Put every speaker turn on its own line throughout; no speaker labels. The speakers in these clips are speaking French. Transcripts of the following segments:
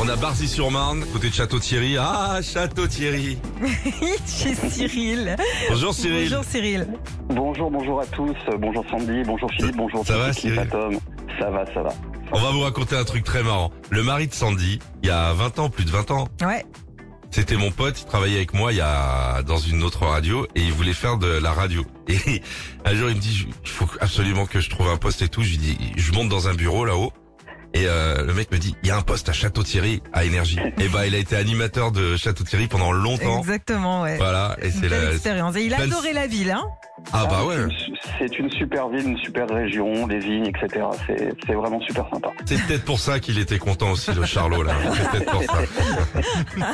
On a Barzy-sur-Marne, côté de Château-Thierry. Ah, Château-Thierry.
Chez Cyril.
Bonjour Cyril.
Bonjour Cyril.
Bonjour, bonjour à tous. Euh, Bonjour Sandy, bonjour Philippe, bonjour
ça
toute
va,
l'équipe
Cyril
à Tom. Ça va, ça va.
On va vous raconter un truc très marrant. Le mari de Sandy, il y a 20 ans, plus de 20 ans,
Ouais.
c'était mon pote, il travaillait avec moi il y a dans une autre radio et il voulait faire de la radio. Et un jour il me dit il faut absolument que je trouve un poste et tout. Je lui dis je monte dans un bureau là-haut et euh, le mec me dit il y a un poste à Château-Thierry à énergie. et ben il a été animateur de Château-Thierry pendant longtemps.
Exactement, ouais.
Voilà et
Une
c'est
belle
la
expérience. Et il a
belle-
adoré la ville, hein
ah bah
Ah,
ouais
c'est une- C'est une super ville, une super région, des vignes, etc. C'est- C'est vraiment super sympa.
c'est peut-être pour ça qu'il était content aussi le Charlot là. C'est peut-être pour ça.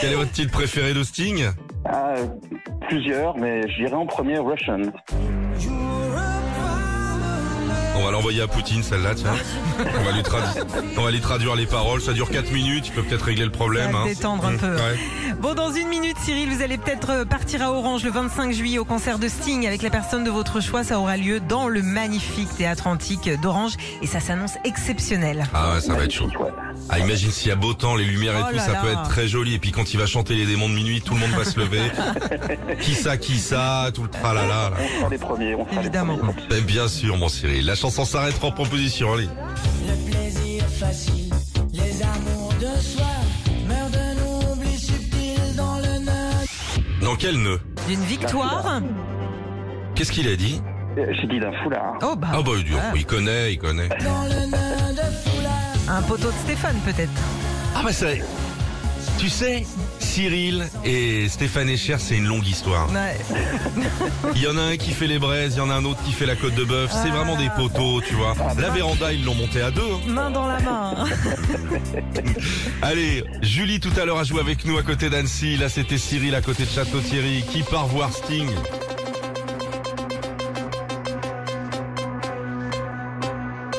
Quel est votre titre préféré de Sting
Ah, euh, plusieurs, mais je dirais en premier Russian.
On va l'envoyer à Poutine celle-là tiens. On va lui traduire on va lui traduire les paroles. Ça dure 4 minutes. Il peut peut-être régler le problème.
Ça va
hein.
se détendre un
Mmh,
peu.
ouais.
Bon, dans une minute, Cyril, vous allez peut-être euh, partir à Orange le 25 juillet au concert de Sting avec la personne de votre choix. Ça aura lieu dans le magnifique théâtre antique d'Orange et ça s'annonce exceptionnel.
Ah ouais, ça va être chaud.
Magnifique, ouais.
Ah, imagine s'il y a beau temps, les lumières et
Oh
tout,
là
ça
là.
peut être très joli. Et puis quand il va chanter les démons de minuit, tout le monde va se lever. qui ça, qui ça, tout le tralala. Là.
On sera les premiers, on sera
Évidemment.
les premiers.
Et bien sûr, mon Cyril. La chanson s'arrête en proposition en ligne.
Le plaisir facile, les amours de soi meurent d'un oubli subtil dans le nœud.
Dans quel nœud
D'une victoire.
Qu'est-ce qu'il a dit
Euh, J'ai dit d'un foulard.
Oh, bah.
Ah bah il, dit, oh, il connaît, il connaît.
Un poteau de Stéphane, peut-être.
Ah bah ça... Tu sais, Cyril et Stéphane Echer, c'est une longue histoire.
Ouais.
Il y en a un qui fait les braises, il y en a un autre qui fait la côte de bœuf. C'est vraiment des poteaux, tu vois. La véranda, ils l'ont montée à deux. hein.
Main dans la main. hein.
Allez, Julie tout à l'heure a joué avec nous à côté d'Annecy. Là, c'était Cyril à côté de Château Thierry qui part voir Sting.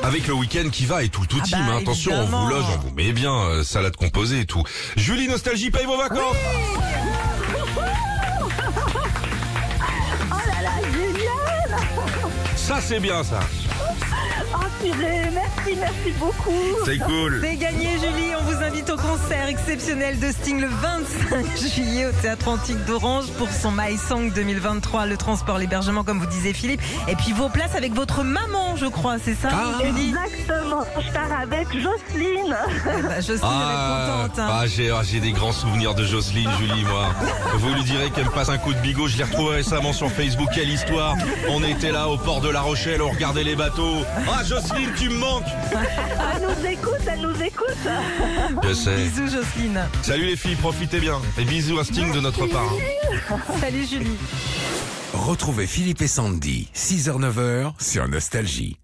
Avec le week-end qui va et tout le tout
Ah
team,
bah,
hein. attention, on
évidemment.
vous loge, on vous met bien, euh, salade composée et tout. Julie Nostalgie paye vos vacances
Oh là là, génial
Ça c'est bien ça,
Oh purée, merci, merci beaucoup
c'est cool
C'est gagné, Julie. On vous invite au concert exceptionnel de Sting le 25 juillet au Théâtre Antique d'Orange pour son My Song 2023, le transport, l'hébergement, comme vous disiez, Philippe. Et puis vos places avec votre maman, je crois, c'est ça,
Ah.
Julie
Exactement, je pars avec Jocelyne
bah, Je suis
Ah,
contente. hein.
ah, j'ai ah, j'ai des grands souvenirs de Jocelyne, Julie, moi. Vous lui direz qu'elle me passe un coup de bigot. Je l'ai retrouvée récemment sur Facebook. Quelle histoire On était là au port de La Rochelle, on regardait les bateaux. Ah, Jocelyne, tu me manques bah.
Elle nous écoute, elle nous écoute
Je sais.
Bisous, Jocelyne.
Salut les filles, profitez bien. Et bisous à Sting de notre part. hein.
Salut, Julie.
Retrouvez Philippe et Sandy, 6h-9h sur Nostalgie.